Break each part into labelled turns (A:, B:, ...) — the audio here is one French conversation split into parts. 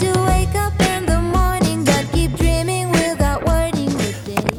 A: to wake up in the morning, but keep dreaming without wording the day.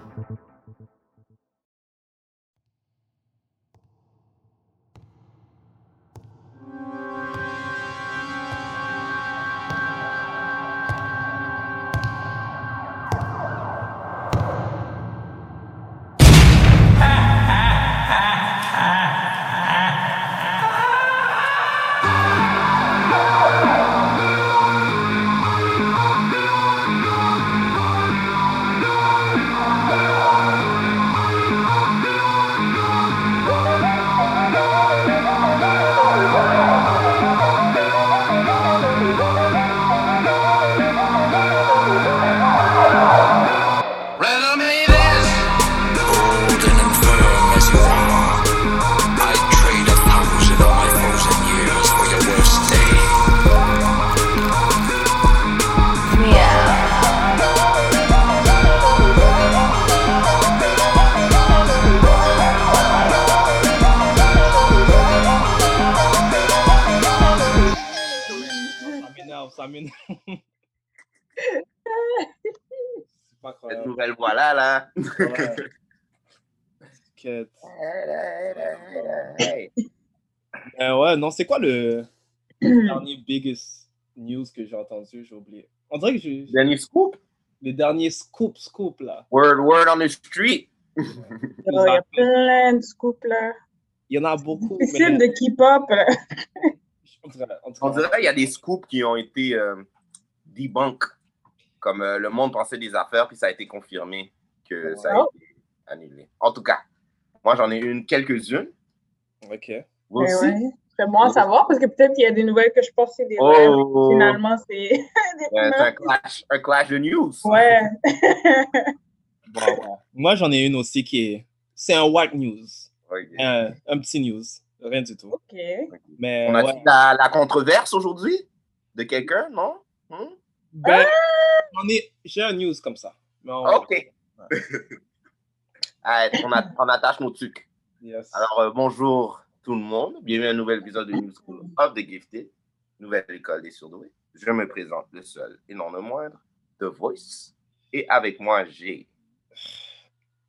B: Rhythm it is. Golden and firm as you are. I trade a thousand of my frozen years for your worst day.
C: Ça m'énerve, ça m'énerve. C'est pas
D: Cette
C: croyable.
D: nouvelle voix-là, là.
C: Ouais. Que- Euh, ouais, non, c'est quoi le le dernier biggest news que j'ai entendu? J'ai oublié. On dirait que j'ai
D: Dernier scoop.
C: les derniers scoops, scoops là.
D: Word, word on the street.
C: Ils
E: Oh, Il y a
C: appellent.
E: plein de scoops, là.
C: Il y en a beaucoup. mais-
E: Difficile de keep up, là.
C: On dirait- on dirait-
D: On dirait qu'il y a des scoops qui ont été euh, debunk. Comme euh, le monde pensait des affaires, puis ça a été confirmé que ça a
E: Wow.
D: été annulé. En tout cas, moi, j'en ai une quelques-unes.
C: Ok.
D: Vous
E: Mais
D: aussi?
E: Ben ouais. C'est bon à savoir parce que peut-être qu'il y a des nouvelles que je pense c'est des rêves.
D: Oh!
E: Finalement, c'est des
D: Euh, c'est un
E: rumeurs.
D: clash, un clash de news.
E: Ouais.
C: Bon, ouais. Moi, j'en ai une aussi qui est. C'est un whack news.
D: Ok.
C: Un, un petit news. Rien du tout.
E: OK.
C: Mais.
D: On a
C: ouais.
D: la, la controverse aujourd'hui de quelqu'un, non? Hmm?
C: Ben, j'en ai- J'ai un news comme ça. Mais on-
D: OK. Allez, on, a- on attache nos trucs.
C: Yes.
D: Alors, euh, bonjour tout le monde. Bienvenue à un nouvel épisode de New School of the Gifted, nouvelle école des surdoués. Je me présente le seul et non le moindre, The Voice. Et avec moi, j'ai,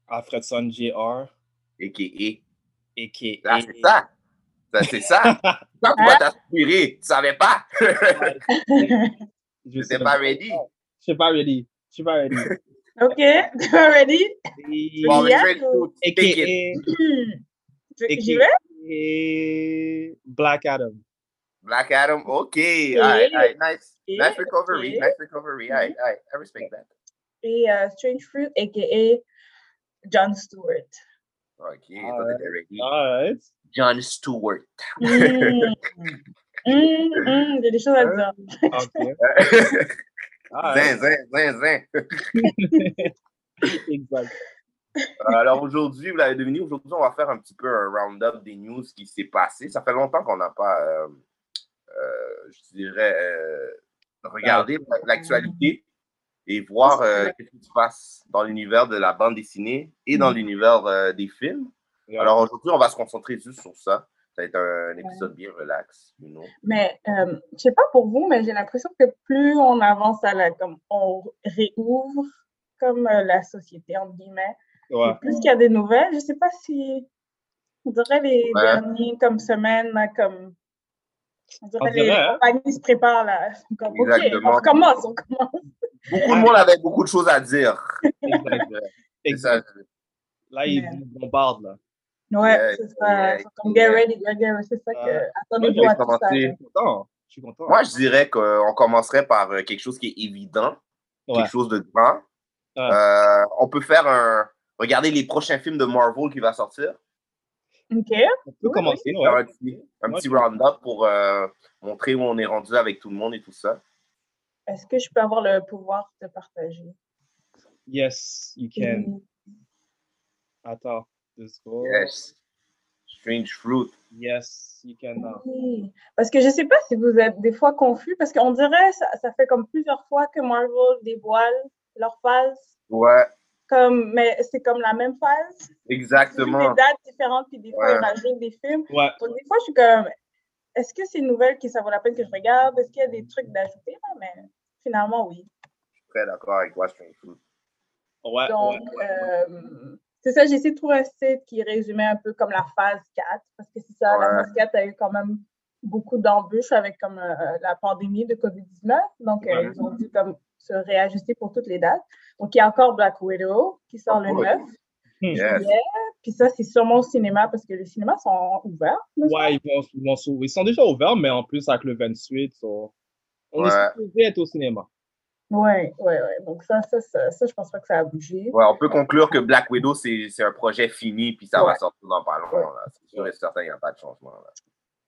C: Alfredson Jr.
D: a.k.a.
C: a.k.a.
D: Ah, c'est ça! Ça, c'est ça! Ça, pourquoi t'as soupiré? Tu savais pas?
C: Je
D: J'étais pas ready.
C: Je suis pas ready. Je suis pas ready.
E: OK. Tu es ready?
C: Et-
D: Bon,
E: Yes.
D: je vais tout take it.
C: A.k.a.
E: Hmm. Tu- J'y vais?
C: a.k.a. Black Adam.
D: Black Adam, okay. All right, all right. Nice.
E: Yeah,
D: Nice recovery.
E: yeah.
D: Nice recovery. All right, all right. I respect that.
E: Et euh, Strange Fruit, a.k.a. John Stewart.
D: Okay.
C: All
D: so
C: right.
D: they're ready.
C: Alright.
D: John Stewart.
E: Mm. Hum, hum, j'ai des choses à dire.
C: Ok. Ah,
D: Zin, zin, zin, zin.
C: exact.
D: Euh, Alors aujourd'hui, vous l'avez deviné, aujourd'hui, on va faire un petit peu un round-up des news qui s'est passé. Ça fait longtemps qu'on n'a pas, euh, euh, je dirais, euh, regardé l'actualité et voir euh, qu'est-ce qui se passe dans l'univers de la bande dessinée et dans l'univers euh, des films. Alors aujourd'hui, on va se concentrer juste sur ça. Ça va être un épisode bien relax, you know.
E: Mais euh, je sais pas pour vous, mais j'ai l'impression que plus on avance à la, comme on réouvre comme euh, la société entre guillemets,
C: Ouais.
E: et plus qu'il y a des nouvelles. Je sais pas si on dirait les
D: Ouais.
E: dernières comme semaines là, comme on dirait
C: On
E: les
C: dirait, hein?
E: compagnies se préparent là. Comme, ok,
D: Exactement.
E: on recommence, on recommence.
D: Beaucoup de monde avait beaucoup de choses à dire.
C: Exact.
D: C'est ça.
C: Là, ils
E: Man.
C: ils bombardent. Là.
E: Ouais,
D: Yeah,
E: c'est ça.
D: yeah,
E: c'est comme get
D: yeah.
E: ready, get ready, c'est ça que
C: Ouais.
D: Moi,
E: attendez-vous
D: j'avais
E: à tout ça.
D: commencé-
E: là.
C: Euh, Je suis content. Je suis content.
D: Moi, je dirais qu'on commencerait par euh, quelque chose qui est évident,
C: Ouais.
D: quelque chose de grand.
C: Ouais.
D: Euh, on peut faire un. Regardez les prochains films de Marvel qui va sortir.
E: Ok.
C: On peut
E: Oui,
C: commencer.
D: Faire
C: Ouais.
D: un petit, un
C: Ouais,
D: petit
C: je-
D: round-up pour euh, montrer où on est rendu avec tout le monde et tout ça.
E: Est-ce que je peux avoir le pouvoir de partager?
C: Yes, you can.
E: Hmm.
C: Attends. Deux secondes.
D: Yes. Strange Fruit.
C: Yes, you can now.
E: Oui, Parce que je sais pas si vous êtes des fois confus, parce qu'on dirait ça, ça fait comme plusieurs fois que Marvel dévoile leur phase,
D: Ouais,
E: comme, mais c'est comme la même phase. Juste
D: exactement.
E: Des dates différentes, puis des fois
D: Ouais.
E: ils rajoutent des films.
C: Ouais.
E: Donc des fois je suis comme, est-ce que c'est une nouvelle qui ça vaut la peine que je regarde? Est-ce qu'il y a des trucs d'ajouter? là? Mais finalement oui.
D: Très d'accord avec toi, Strange Fruit.
C: Ouais.
E: Donc,
C: ouais.
E: euh, c'est ça, j'ai essayé de trouver un site qui résumait un peu comme la phase 4, parce que c'est ça,
D: Ouais.
E: la phase 4 a eu quand même beaucoup d'embûches avec comme euh, la pandémie de COVID-19. Donc, euh,
D: Ouais.
E: ils ont dû comme se réajuster pour toutes les dates. Donc, il y a encore Black Widow qui sort le
D: Ouais.
E: 9.
D: Yes.
E: Puis ça, c'est sûrement au cinéma, parce que les cinémas sont ouverts. me
C: Ouais, ils vont, ils vont s'ouvrir. Ils sont déjà ouverts, mais en plus, avec le 28, so- on
D: Ouais.
C: est supposé être au cinéma.
E: semble. Ouais, ouais, ouais. Donc, ça, ça, ça, ça, je pense pas que ça a bougé.
D: Ouais, on peut conclure que Black Widow, c'est c'est un projet fini, puis ça va
E: Ouais.
D: sortir dans pas longtemps. là. C'est sûr et certain, il n'y a pas de changement. Là.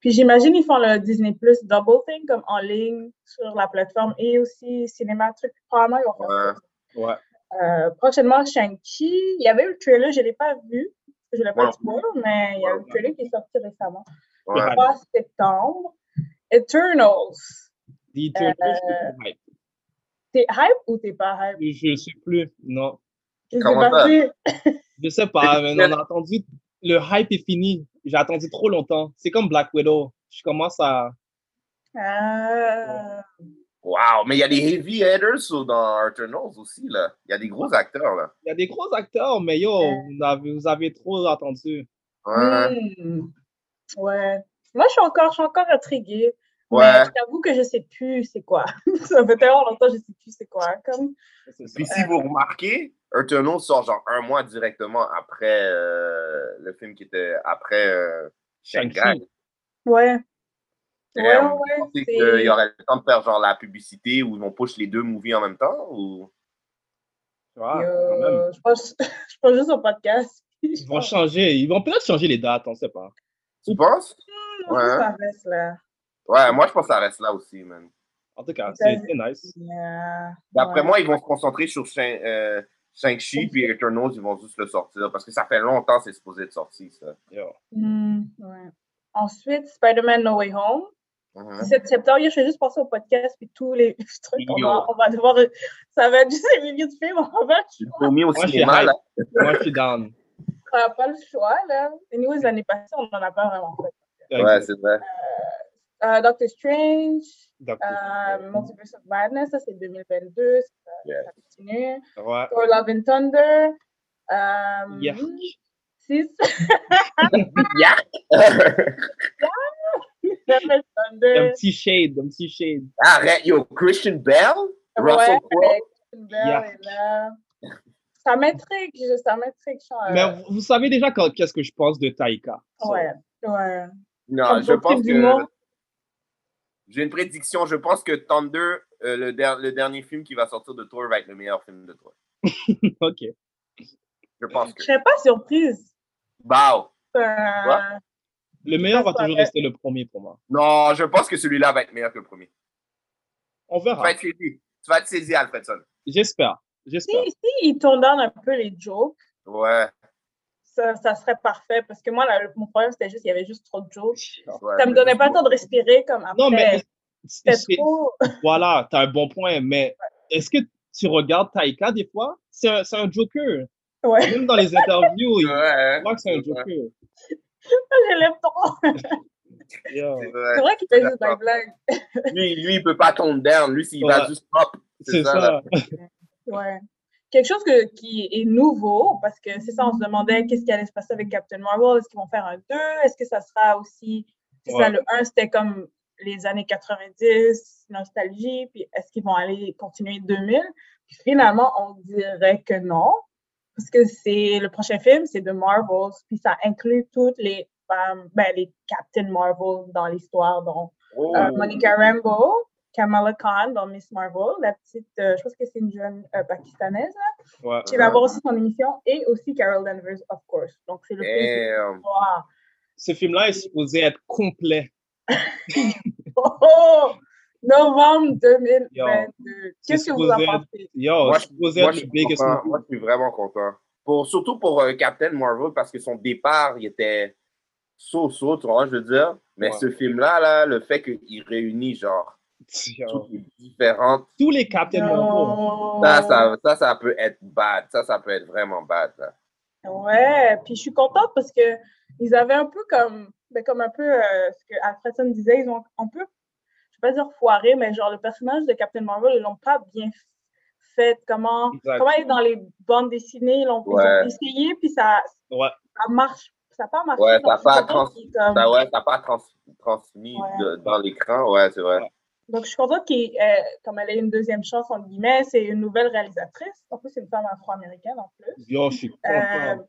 E: Puis j'imagine ils font le Disney Plus Double Thing comme en ligne sur la plateforme et aussi cinéma truc. Probablement ils vont faire ça.
C: Ouais.
E: Euh, prochainement Shang-Chi. Il y avait eu le trailer, je l'ai pas vu. Je l'ai pas
D: Ouais.
E: trouvé, mais il y a eu
D: Ouais.
E: le trailer qui est sorti récemment.
D: Ouais.
C: Ouais.
E: 3 septembre. Eternals.
C: The Eternals,
E: Euh,
C: je suis
E: T'es hype ou t'es pas hype?
C: plus hype. Je sais plus. Non.
E: Qu'est-ce qui s'est
D: Comment ça?
E: passé?
C: Je sais pas, mais on a attendu. Le hype est fini. J'ai attendu trop longtemps. C'est comme Black Widow. Je commence à.
E: Ah,
D: Wow, mais il y a des heavy hitters sur- dans Eternals aussi, là. Il y a des gros acteurs, là.
C: Il y a des gros acteurs, mais yo,
E: Ouais.
C: vous avez, vous avez trop attendu.
D: Ouais.
E: hmm. Ouais. Moi, je suis encore, je suis encore intriguée.
D: Ouais.
E: Mais je t'avoue que je sais plus c'est quoi. Ça fait tellement longtemps que je sais plus c'est quoi. Comme
C: C'est ça.
D: Puis si vous remarquez, Eternals sort genre un mois directement après euh, le film qui était après euh,
C: Shang-Chi.
D: Shang-Chi.
E: Ouais.
D: Et
E: Ouais,
D: on
E: ouais,
D: pensait
E: c'est-
D: qu'il y aurait le temps de faire genre la publicité où on push les deux movies en même temps ou...
C: Tu vois, quand même.
E: Euh, je, pense, je pense juste au podcast.
C: Ils vont changer. Ils vont peut-être changer les dates, on sait pas.
D: Tu penses? hein.
E: Non, je pense que ça reste là.
D: Ouais, moi je pense que ça reste là aussi, man.
C: En tout cas, c'est
E: Peut-être.
C: c'est nice.
E: Yeah.
D: D'après
E: Ouais.
D: moi, ils vont se concentrer sur Shang- euh, Shang-Chi puis Eternals, ils vont juste le sortir parce que ça fait longtemps que c'est supposé être sorti, ça.
C: Yo.
E: Hmm, ouais. Ensuite, Spider-Man No Way Home.
D: Mhm.
E: 17 septembre, je fais juste penser au podcast puis tous les trucs. On va,
D: Yo.
E: on va devoir. Ça va être juste des milliers de films. On va
D: J'ai promis au
C: Moi, je suis
D: cinéma,
C: hype.
D: là.
C: Moi, je suis down.
E: on n'a pas le choix. là. Et nous, l'année passée, on n'en a pas vraiment fait.
D: Ouais, c'est vrai.
E: Euh, Doctor Strange,
C: Doctor
E: euh,
C: Strange.
E: Multiverse of Madness, ça c'est 2022, ça,
D: Yeah.
E: ça continue.
C: Ouais.
E: Thor Love and Thunder. Euh,
C: Yark.
E: Six.
D: Yeah.
E: Love and
C: Un
E: Thunder.
C: petit shade, un petit shade.
D: Arrête, yo, Christian Bell,
E: Ouais,
D: Russell Crowe.
E: avec une belle,
C: Yark.
E: et là. Euh, Ça m'intrigue, je- ça m'intrigue. je-
C: Mais vous- vous savez déjà quand- qu'est-ce que je pense de Taika. So,
E: Ouais, ouais.
D: Non,
E: Comme
D: je
E: ton
D: pense
E: type
D: que
E: d'humour.
D: j'ai une prédiction. Je pense que Thunder, euh, le, der- le dernier film qui va sortir de Thor, va être le meilleur film de Thor.
C: Ok.
E: Euh,
D: Je pense
E: Je
D: que.
E: serais pas surprise.
D: Bah,
E: Euh,
C: Le meilleur va toujours rester le premier pour moi.
D: Non, je pense que celui-là va être meilleur que le premier.
C: On
D: Tu vas
C: verra.
D: être saisi. Tu vas être saisi, Alfredson.
C: J'espère.
E: Si,
C: J'espère.
E: si il tourne down un peu les jokes,
D: Ouais.
E: ça, ça serait parfait. Parce que moi, la- mon problème, c'était juste qu'il y avait juste trop de jokes.
D: ouais.
E: Ça me donnait pas le temps de respirer comme après.
C: Non, mais
E: C'était
C: c'est-
E: trop.
C: voilà, t'as un bon point, mais est-ce que tu regardes Taika des fois? C'est un, c'est un joker.
E: Ouais,
C: Même dans les interviews, il
D: Ouais.
C: voit que c'est un joker.
E: je l'aime trop.
C: Yeah.
D: C'est
E: C'est
D: vrai.
E: vrai qu'il fait juste des blagues.
D: Lui, lui, il peut pas tomber down. Lui, s'il va
C: Ouais.
D: juste hop.
C: C'est
D: ça, là.
C: ça.
E: Ouais. Quelque chose que- qui est nouveau, parce que c'est ça, on se demandait qu'est-ce qui allait se passer avec Captain Marvel. Est-ce qu'ils vont faire un 2? Est-ce que ça sera aussi. C'est
C: Ouais.
E: ça, le 1, c'était comme les années 90, nostalgie, puis est-ce qu'ils vont aller continuer 2000? Puis finalement, on dirait que non, parce que c'est le prochain film, c'est de Marvels, puis ça inclut toutes les femmes, ben, les Captain Marvel dans l'histoire, donc
D: Oh.
E: euh, Monica Rambeau, Kamala Khan dans Miss Marvel, la petite, euh, je pense que c'est une jeune euh, pakistanaise, là,
C: Ouais.
E: qui va avoir aussi son émission, et aussi Carol Danvers, of course. Donc, c'est le film
C: Eh.
E: qui
D: Damn.
E: va-
C: Ce film-là est supposé être complet.
E: Oh, oh! Novembre
C: Yo,
E: 2022. Ben, euh, Qu'est-ce
C: c'est
E: que vous en
C: supposé être-
E: pensez?
C: Yo,
D: Moi,
C: c'est Oh, supposé
D: moi,
C: être
D: je
C: le
D: suis
C: biggest
D: content.
C: movie.
D: Moi, je suis vraiment content. Pour, surtout pour euh, Captain Marvel, parce que son départ, il était so-so, tu vois, je veux dire. Mais
C: Ouais.
D: ce film-là, là, le fait qu'il réunit, genre,
C: Yo.
D: toutes les différentes,
C: Tous les Captain Marvel.
E: Non.
D: ça Bah, ça, ça, ça peut être bad. Ça, ça peut être vraiment bad. là.
E: Ouais, puis je suis contente parce que ils avaient un peu comme, ben, comme un peu euh, ce que Alfredson disait, ils ont un peu, je vais pas dire foiré, mais genre le personnage de Captain Marvel, ils l'ont pas bien fait. Comment,
C: Exact.
E: comment il est dans les bandes dessinées, ils l'ont ils ont
D: Ouais.
E: essayé, puis ça,
C: Ouais.
E: ça marche, ça a pas marché.
D: Ouais, ça
E: donc
D: a
E: je suis
D: pas
E: contente
D: trans-
E: qu'ils, comme-
D: Ça, ouais, ça n'a pas trans- transmis
E: Ouais.
D: de- dans l'écran. Ouais, c'est vrai.
E: Donc je suis contente qu'elle, euh, comme elle ait une deuxième chance, entre guillemets, c'est une nouvelle réalisatrice. En plus, c'est une femme afro-américaine en plus.
C: Yo, je suis
E: Euh,
C: content.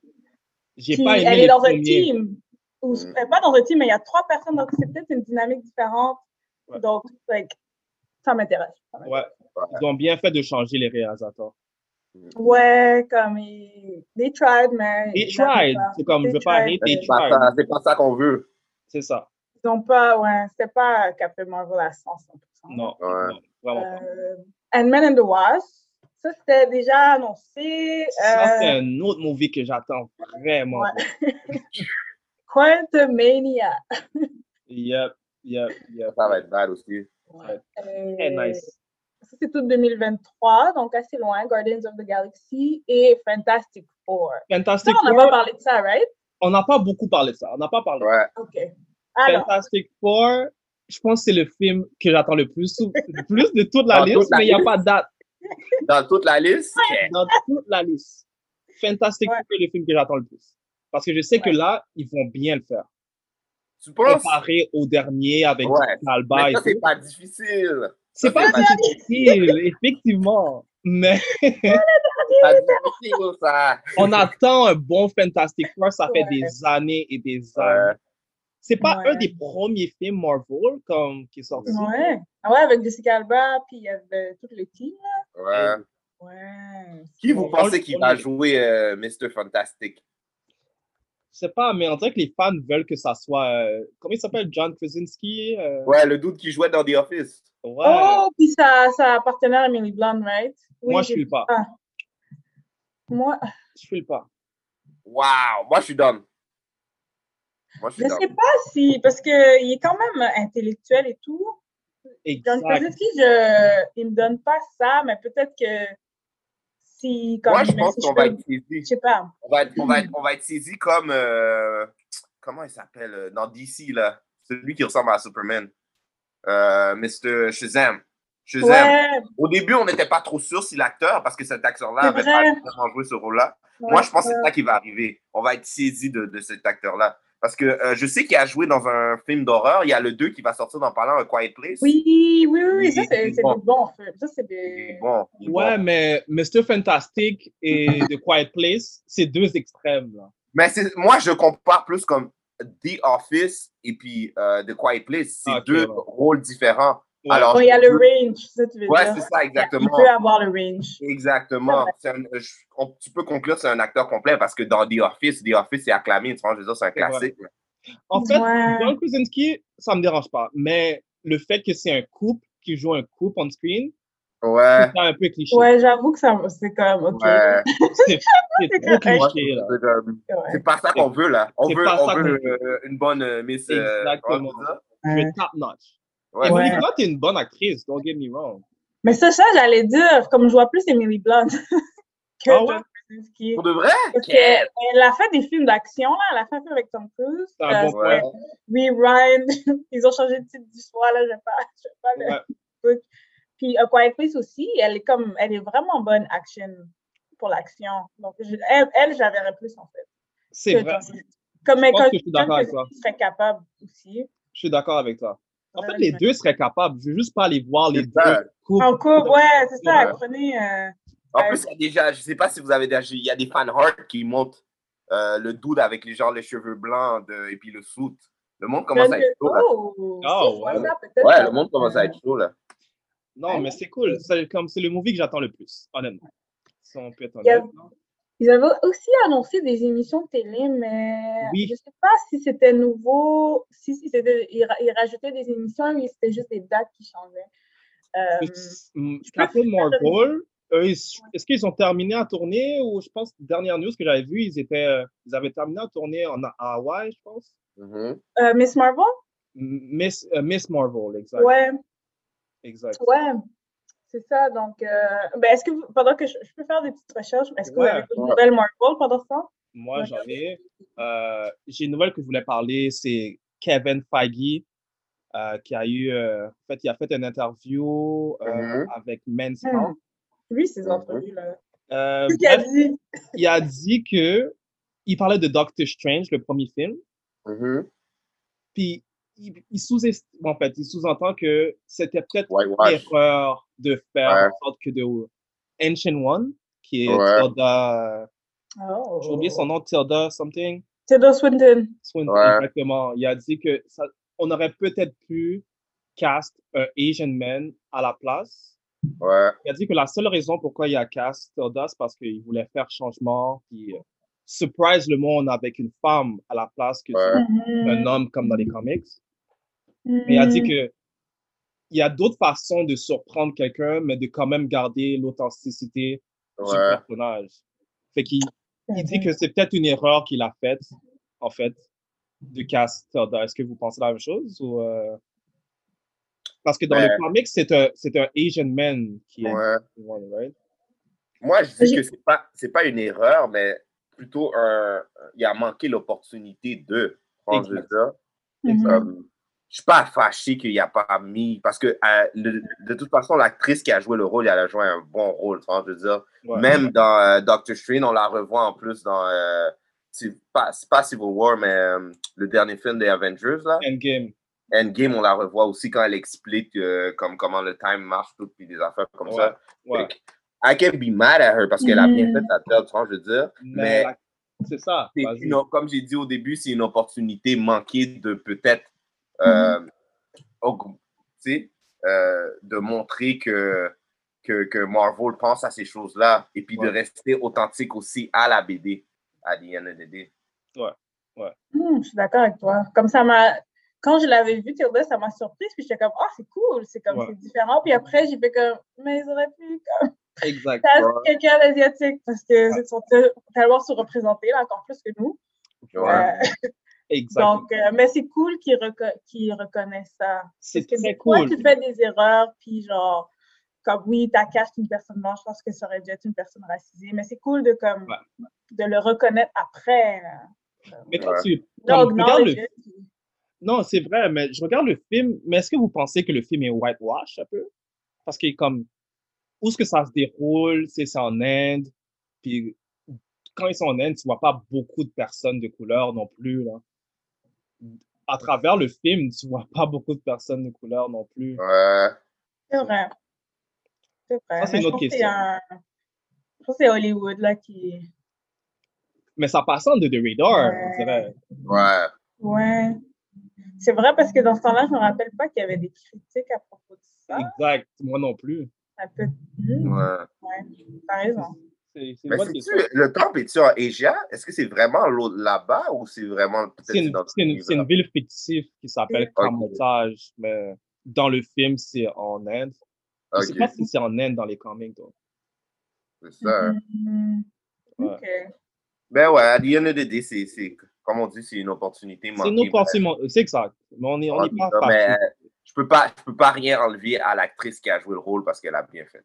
C: J'ai
E: Puis
C: pas aimé
E: elle
C: les
E: est dans un
C: premiers.
E: team. Ou,
D: Mm.
E: elle est pas dans un team, mais il y a trois personnes, donc c'est peut-être une dynamique différente.
C: Ouais.
E: Donc, like, ça m'intéresse. ça m'intéresse.
C: Ouais. Ils ont bien fait de changer les réalisateurs.
E: Ouais, comme ils. They tried, mais.
C: They
E: ils n'arrivent
C: tried.
E: pas.
C: C'est comme, je
E: They
C: veux pas
E: tried.
C: hate, they
D: C'est pas
C: tried.
D: ça, c'est pas ça qu'on veut.
C: C'est ça.
E: Ils ont pas, ouais, c'était pas Captain Marvel à 100%.
C: Non.
D: Ouais.
C: non, Vraiment pas.
E: Euh, Ant-Man and the Wasp, ça c'était déjà annoncé.
C: Ça, c'est
E: Euh,
C: un autre movie que j'attends vraiment.
E: Ouais. Quantumania.
C: Yep, yep, yep.
D: Ça va être bad aussi.
C: Ouais.
E: Euh,
C: Très nice.
E: Ça, c'est tout 2023, donc assez loin. Guardians of the Galaxy et Fantastic Four. Ça,
C: Fantastic
E: on n'a
C: Four,
E: pas parlé de ça, right?
C: on n'a pas beaucoup parlé de ça. On n'a pas parlé.
D: Ouais.
E: OK. Alors,
C: Fantastic Four, je pense que c'est le film que j'attends le plus, le plus de toute la
D: Dans
C: liste,
D: toute la
C: mais il n'y a
D: liste.
C: pas de date
D: Dans toute la liste,
C: dans toute la liste. Fantastic
E: Ouais.
C: Four est le film que j'attends le plus. Parce que je sais que là, ils vont bien le faire.
D: tu penses?
C: Comparé au dernier avec
D: Ouais.
C: Alba
D: Mais
C: et
D: ça, c'est
C: tout.
D: pas difficile.
C: C'est
D: ça,
C: pas
D: c'est pas
C: difficile, effectivement. Mais
D: Pas difficile, ça.
C: on attend un bon Fantastic Four, ça fait
E: Ouais.
C: des années et des années.
D: Ouais.
C: C'est pas
E: Ouais.
C: un des premiers films Marvel comme, qui est sorti.
E: ouais. Ah ouais, avec Jessica Alba, puis il y avait tout le team.
D: ouais.
E: Ouais.
D: Qui vous pensez qui va
C: premier.
D: jouer euh, Mr. Fantastic?
C: Je sais pas, mais on dirait que les fans veulent que ça soit. euh, comment il s'appelle John Krasinski euh,
D: Ouais, le doute qui jouait dans The Office.
C: ouais.
E: Oh, puis ça, ça appartenait à Emily Blunt, right? Oui,
C: Moi, je
E: j'ai-
C: file pas.
E: Ah. Moi,
C: Je file pas.
D: Waouh, moi, je suis down. Moi, je
E: je
D: suis down.
E: sais pas si, parce qu'il est quand même intellectuel et tout. John
C: Exact.
E: Krasinski, je, il me donne pas ça, mais peut-être que si, comme,
D: Moi, je
E: mais
D: pense
E: si
D: qu'on
E: peux-
D: va être
E: je
D: saisi.
E: sais pas.
D: On va être, on va être, on va être saisi comme. euh, comment il s'appelle euh, dans DC, là? Celui qui ressemble à Superman. Euh, Mr. Shazam. Shazam.
E: Ouais,
D: Au début, on n'était pas trop sûr si l'acteur, parce que cet acteur-là
E: C'est
D: n'avait
E: vrai.
D: pas vraiment joué ce rôle-là. Moi,
E: ouais,
D: je pense que
E: ouais.
D: c'est ça qui va arriver. On va être saisi de, de cet acteur-là. Parce que euh, je sais qu'il a joué dans un film d'horreur. Il y a le 2 qui va sortir dans parlant un Quiet Place.
E: Oui, oui, oui, oui, ça
D: Il- il
E: c'est
D: est
E: c'est
D: bon.
E: des bons films. Ça c'est
D: Il
E: des.
D: est bon. il est
C: Ouais,
D: bon.
C: mais Mr. Fantastic et The Quiet Place, c'est deux extrêmes. Là.
D: Mais c'est- moi, je compare plus comme The Office et puis euh, The Quiet Place. C'est
C: Ah, ok,
D: deux
C: ouais.
D: rôles différents.
C: Ouais.
D: Alors,
E: Bon, il y a le range, ça tu veux
D: Ah, ouais,
E: dire.
D: c'est ça,
E: Il
D: exactement.
E: peut avoir le range.
D: Exactement. C'est un- je- on- tu peux conclure que c'est un acteur complet parce que dans The Office, The Office est acclamé. Tu vois, je veux dire, c'est un
C: C'est vrai.
D: classique.
C: En fait,
E: Ouais.
C: John Krasinski, ça me dérange pas. Mais le fait que c'est un couple qui joue un couple on screen,
D: Ouais.
C: c'est un peu cliché.
E: Ouais, j'avoue que ça, c'est comme, ok.
D: Ouais.
C: C'est c'est trop
E: Ouais.
C: cliché, là.
D: C'est comme- c'est pas ça qu'on veut, là. On
C: C'est
D: veut,
C: pas
D: on
C: ça
D: veut
C: qu'on
D: euh, une bonne euh, Miss. euh,
C: Exactement.
D: comment on dit ça?
C: Tu es top notch.
D: Ouais,
E: Ouais.
C: Emily Blunt est une bonne actrice, don't get me wrong.
E: Mais ça, ça, j'allais dire, comme je vois plus Emily Blunt que
C: Ah ouais?
E: John Krasinski.
D: Pour de vrai?
E: Parce que elle a fait des films d'action, là. Elle a fait un film avec Tom Cruise.
C: C'est un
E: Euh,
C: bon point.
E: Rewind. Ils ont changé de titre du soir, là. Je sais pas, je sais pas le
C: Ouais.
E: truc. Puis A Quiet Place aussi, elle est comme, elle est vraiment bonne action pour l'action. Donc, je- elle, elle j'en verrais plus, en fait.
C: C'est
E: que
C: vrai.
E: John Krasinski. Comme, mais
C: pense
E: comme
C: que je suis d'accord avec toi.
E: John Krasinski serait capable aussi.
C: Je suis d'accord avec toi. En fait,
E: Ouais,
C: les
E: ouais.
C: deux seraient capables. Je veux juste pas les voir, les
D: C'est ça.
C: deux couples.
E: En couple, Ah ouais, c'est ça.
D: Ouais.
E: Prenez, euh,
D: En plus, il y a déjà, je sais pas si vous avez déjà, il y a des fan hard qui montent euh, le dude avec les gens les cheveux blancs de- et puis le suit. Le monde commence à être chaud, là.
E: Oh,
C: Ah,
E: si, je vois
C: ouais.
E: ça, peut-être
D: Ouais,
E: que-
D: le monde commence à être chaud, là.
C: Non, mais c'est cool. C'est comme c'est le movie que j'attends le plus, honnêtement. Si on peut être
E: Il y a-
C: honnête. non?
E: Ils avaient aussi annoncé des émissions de télé, mais
C: Oui.
E: je ne sais pas si c'était nouveau, si, si c'était, ils, ra- ils rajoutaient des émissions, mais c'était juste des dates qui changeaient. Euh,
C: C'est- hum,
E: je peux-
C: Captain Marvel, eux, euh, ils- est-ce qu'ils ont terminé à tourner ou je pense dernière news que j'avais vue, ils étaient euh, ils avaient terminé à tourner en à Hawaï, je pense.
D: Mhm.
E: euh, Miss Marvel?
C: M- Miss euh, Miss Marvel, exact.
E: Ouais,
C: Exact.
E: ouais. C'est ça. Donc, euh, ben, est-ce que vous- pendant que je, je peux faire des petites recherches, est-ce que vous
C: Ouais.
E: avez d'autres
D: Ouais.
E: nouvelles Marvel pendant ce temps?
C: Moi, j'en ai. Euh, J'ai une nouvelle que je voulais parler, c'est Kevin Feige, euh, qui a eu, euh, en fait, il a fait une interview euh,
D: Mhm.
C: avec Men's
E: Mhm.
C: Health.
E: Lui, ces
D: Mhm.
E: entrevues-là.
C: Euh,
E: Qu'est-ce qu'il a
C: bref,
E: dit?
C: il a dit que il parlait de Doctor Strange, le premier film,
D: Mhm.
C: puis il, il sous-est- en fait, il sous-entend que c'était peut-être une
D: Whitewash.
C: erreur de faire
D: Ouais.
C: en sorte que de Ancient One, qui est
D: Ouais.
C: Tilda,
E: Oh.
C: j'ai oublié son nom, Tilda something,
E: Tilda Swinton.
C: Swinton,
D: Ouais.
C: exactement. Il a dit que ça, on aurait peut-être pu cast un Asian man à la place.
D: Ouais.
C: Il a dit que la seule raison pourquoi il a cassé Tilda, c'est parce qu'il voulait faire changement, puis euh, surprise le monde avec une femme à la place que c'est un homme comme dans les comics. Ben, Mais il a dit
E: Mm.
C: que il y a d'autres façons de surprendre quelqu'un, mais de quand même garder l'authenticité du
D: Ouais.
C: personnage. Fait qu'il il dit que c'est peut-être une erreur qu'il a faite, en fait, de casse Tilda. Est-ce que vous pensez la même chose ou euh, Parce que dans
D: Ben-
C: le comics, c'est un, c'est un Asian man qui est
D: Ouais.
C: One, right?
D: Moi, je dis
E: J'ai-
D: que c'est pas, c'est pas une erreur, mais plutôt un, il a manqué l'opportunité de. prendre
C: Exact.
D: ça.
E: Mhm.
D: Comme, je suis pas fâché qu'il n'y a pas mis. Parce que euh, le- de toute façon, l'actrice qui a joué le rôle, elle a joué un bon rôle. tu vois, je veux dire,
C: Ouais.
D: même dans euh, Doctor Strange, on la revoit en plus dans. euh, c'est pas, c'est pas Civil War, mais euh, le dernier film des Avengers, là.
C: Endgame.
D: Endgame, on la revoit aussi quand elle explique euh, comme, comment le time marche, tout, puis des affaires comme
C: Ouais.
D: ça.
C: Ouais.
D: Fait que, I can be mad at her parce qu'elle a bien
E: Mhm.
D: fait sa job, tu vois, je veux dire.
C: Mais
D: Mais,
C: la- c'est ça.
D: c'est
C: vas-y.
D: une- comme j'ai dit au début, c'est une opportunité manquée de peut-être euh,
C: Mm-hmm.
D: aug- tu sais, euh, de montrer que, que, que Marvel pense à ces choses-là et puis
C: Ouais.
D: de rester authentique aussi à la BD, à l'INDD.
E: Hmm, je suis d'accord avec toi. Comme ça m'a. Quand je l'avais vu, Tilda, ça m'a surprise. Puis j'étais comme, ah, c'est cool, c'est comme,
C: Ouais.
E: c'est différent. Puis après, j'ai fait comme, mais ils auraient pu
C: Exact.
E: caster
D: Ouais.
E: quelqu'un d'asiatique parce qu'ils sont te- tellement sous-représentés, là, encore plus que nous.
D: Ouais.
E: Euh,
C: Exact.
E: donc, euh, mais c'est cool qu'ils reco- qu'ils reconnaissent ça.
C: c'est
E: Parce que
C: très
E: des fois,
C: cool.
E: tu fais des erreurs, puis genre, comme oui, t'as caché une personne blanche, je pense que ça aurait dû être une personne racisée, mais c'est cool de comme de le reconnaître après. là.
C: Mais quand
D: Ouais.
C: tu.
E: Non,
C: comme, regarde
E: non,
C: le- Non, c'est vrai, mais je regarde le film, mais est-ce que vous pensez que le film est whitewash un peu? Parce que comme, où est-ce que ça se déroule? C'est c'est en Inde, puis quand ils sont en Inde, tu vois pas beaucoup de personnes de couleur non plus, là. À travers le film, tu vois pas beaucoup de personnes de couleur non plus.
D: Ouais.
E: C'est vrai. C'est vrai.
C: Ça, c'est
E: Mais
C: une
E: je
C: autre
E: pense que
C: question.
E: un- Je pense que c'est Hollywood là qui.
C: Mais ça passe en de the radar, on dirait.
D: Ouais.
E: Ouais. C'est vrai parce que dans ce temps-là, je me rappelle pas qu'il y avait des critiques à propos de ça.
C: Exact, moi non plus.
E: Un peu. Hmm,
D: Ouais.
E: T'as raison.
C: C'est c'est une
D: Mais
C: bonne
D: c'est-tu-
C: question.
D: le temple est-tu en Asia? Est-ce que c'est vraiment l'autre là-bas ou c'est vraiment peut-être
C: C'est une,
D: dans-
C: c'est une- c'est une ville fictive qui s'appelle
D: Ok.
C: Kamotage, mais dans le film, c'est en Inde. Je sais
D: Ok,
C: pas si c'est en Inde dans les comics. donc.
D: c'est ça.
C: Mm-hmm.
E: Mhm.
C: Ouais.
E: OK.
D: Ben ouais, à the end of the day, c'est, c'est- comme on dit, c'est une opportunité
C: C'est
D: manquée.
C: une opportunité, mon- c'est exact. Mais on n'est on
D: Ah, mais-
C: est pas
D: mais,
C: partout.
D: euh, je peux pas, je peux pas rien enlever à l'actrice qui a joué le rôle parce qu'elle a bien fait.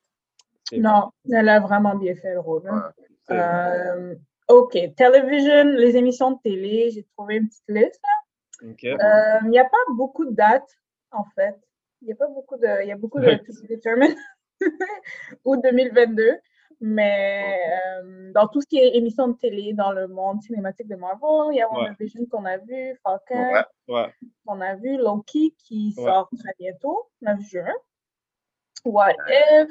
C: C'est vrai.
E: Non, elle a vraiment bien fait le rôle. hein.
D: Ouais.
C: C'est vrai.
E: Euh, OK. Television, les émissions de télé, j'ai trouvé une petite liste.
C: Ok.
E: Euh, Il n'y a pas beaucoup de dates, en fait. Il n'y a pas beaucoup de. Il y a beaucoup de
C: Ouais.
E: To Be Determined ou 2022. Mais euh, dans tout ce qui est émissions de télé dans le monde cinématique de Marvel, il y a
C: Ouais.
E: WandaVision qu'on a vu, Falcon
D: Ouais.
C: Ouais.
E: qu'on a vu, Loki qui
C: Ouais.
E: sort très bientôt, 9 juin. What if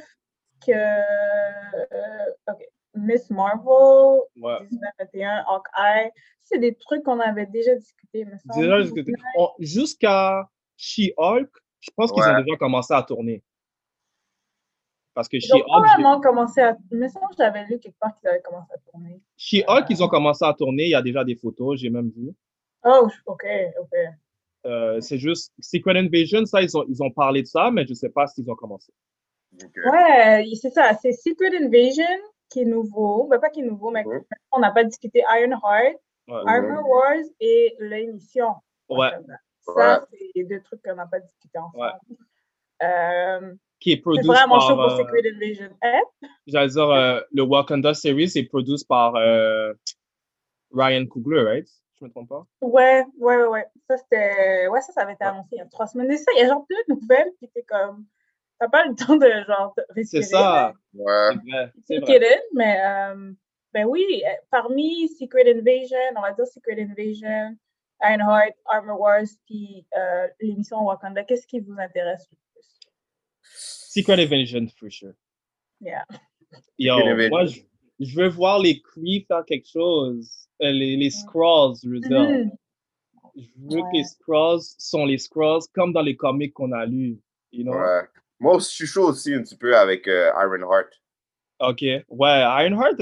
E: que euh, ok, Miss Marvel,
C: Ouais.
E: 1921, hein, Hawkeye, c'est des trucs qu'on avait déjà discuté, me semble.
C: Déjà, jusque- on- Jusqu'à She-Hulk, je pense qu'ils ont
D: Ouais.
C: déjà commencé à tourner. Parce que
E: Ils ont
C: She-Hulk,
E: probablement commencé à. Me semble que j'avais lu quelque part qu'ils avaient commencé à tourner.
C: She ils ont commencé à tourner. Il y a déjà des photos, j'ai même vu.
E: Oh, je- ok, ok.
C: Euh, c'est juste Secret Invasion, ça, ils ont, ils ont parlé de ça, mais je sais pas s'ils ont commencé.
D: Donc, euh,
E: Ouais, c'est ça, c'est Secret Invasion qui est nouveau. Ben, pas qui est nouveau, mais
D: mhm.
E: on n'a pas discuté Ironheart,
C: Ouais.
D: Ouais.
E: Armor Wars et l'émission.
C: Ouais.
E: Ça, c'est les deux trucs qu'on n'a pas discuté ensemble. Euh,
C: Qui est
E: c'est
C: produit
E: vraiment chaud
C: par.
E: pour
C: euh,
E: Secret Invasion. Hein?
C: J'allais dire, euh, le Wakanda series est produit par euh, Ryan Coogler, right? Je me trompe pas?
E: Ouais, ouais, ouais, ouais. Ça, c'était... Ouais, ça, ça avait été
C: Ouais.
E: annoncé il y a trois semaines. Mais ça, il y a genre deux nouvelles, puis t'es comme... T'as pas le temps de, genre, de
C: C'est
E: respirer. là.
C: ça.
D: Ouais.
C: C'est vrai. C'est
E: Take
C: vrai.
E: it in, mais... euh, ben oui, euh, parmi Secret Invasion, on va dire Secret Invasion, Ironheart, Armor Wars, puis euh, l'émission Wakanda, qu'est-ce qui vous intéresse le plus?
C: Secret Invasion, for sure.
E: Yeah.
C: Yo,
D: Secret Invasion.
C: moi, je, je veux voir les Kree faire quelque chose. Euh, les, les Skrulls, je veux dire.
E: Mhm.
C: Je veux que
E: Ouais.
C: les Skrulls sont les Skrulls comme dans les comics qu'on a lus. You know?
D: Ouais. Moi, aussi, je suis chaud aussi un petit peu avec euh, Ironheart.
C: Ok. Ouais, Ironheart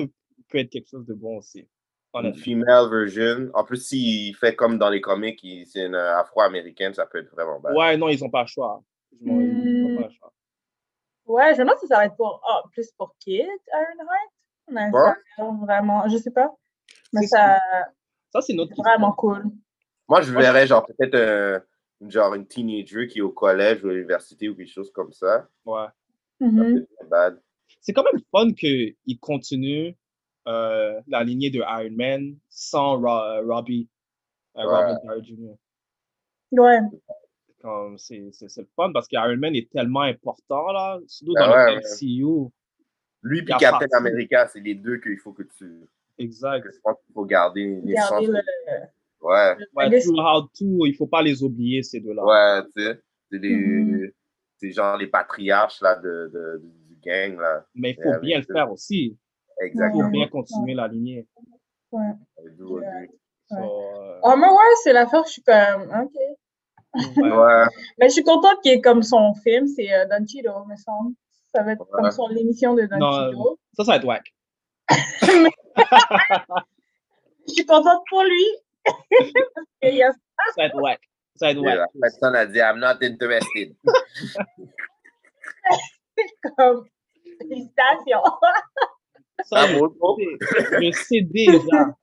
C: peut être quelque chose de bon aussi.
D: Une
C: Honnêtement.
D: female version. En plus, s'il fait comme dans les comics, il- c'est une euh, afro-américaine, ça peut être vraiment bad.
C: Ouais, non, ils ont pas le choix. Je m'en- Ils ont
E: Mm.
D: Hmm.
C: pas le choix.
E: Ouais, je me demande si ça va être pour, ah, plus pour kids, Ironheart. Mais
D: Bon.
E: ça a l'air vraiment, je sais pas. Mais
C: C'est
E: ça,
C: Ça, c'est notre
E: c'est vraiment cool.
D: Moi, je verrais genre peut-être un- une- genre une teenager qui est au collège ou à l'université ou quelque chose comme ça.
C: Ouais.
D: Ça
E: Mhm.
D: peut être très bad.
C: c'est quand même fun qu'il continue euh, la lignée de Iron Man sans Ro- euh, Robbie, euh,
D: Ouais.
C: Robert Downey Jr.
E: Ouais,
C: Comme, C'est c'est- c'est le fun parce qu'Iron Man est tellement important, là, surtout
D: Ah
C: dans
D: ouais,
C: le
D: ouais.
C: MCU.
D: Lui
C: Il
D: puis
C: a
D: Captain
C: parti.
D: America, c'est les deux qu'il faut que tu.
C: Exact.
D: que je pense qu'il faut garder les
E: garder
D: centres.
E: le,
D: Ouais,
E: le
C: Ouais,
E: legacy.
C: throughout tout, il faut pas les oublier, ces deux-là.
D: ouais, tu sais. C'est les.
C: Mm-hmm.
E: Mhm.
D: C'est genre les patriarches là, de, de- du gang, là.
C: Mais il
D: Ouais,
C: faut
D: avec
C: bien le
D: eux.
C: faire aussi. Il faut
D: Exactement.
C: bien continuer la lignée.
E: Ouais.
D: I do agree.
C: So,
E: Ouais.
C: euh,
E: Armor Wars, c'est l'affaire, je suis comme, ok.
C: ouais.
D: Oh. Ouais,
E: Mais je suis contente qu'il y ait comme son film, c'est euh, Don Cheadle, me semble. Ça va être comme
D: Ouais.
E: son émission de Don
C: Non,
E: Cheadle.
C: Ça, ça va être whack.
E: Je suis contente pour lui. Parce qu'il y a
C: Ça va être whack. Ça va être
D: Et
C: whack.
D: La personne a dit I'm not interested.
E: comme, félicitations.
C: Ça,
D: Ah, bon, bon.
C: je, sais, je sais déjà.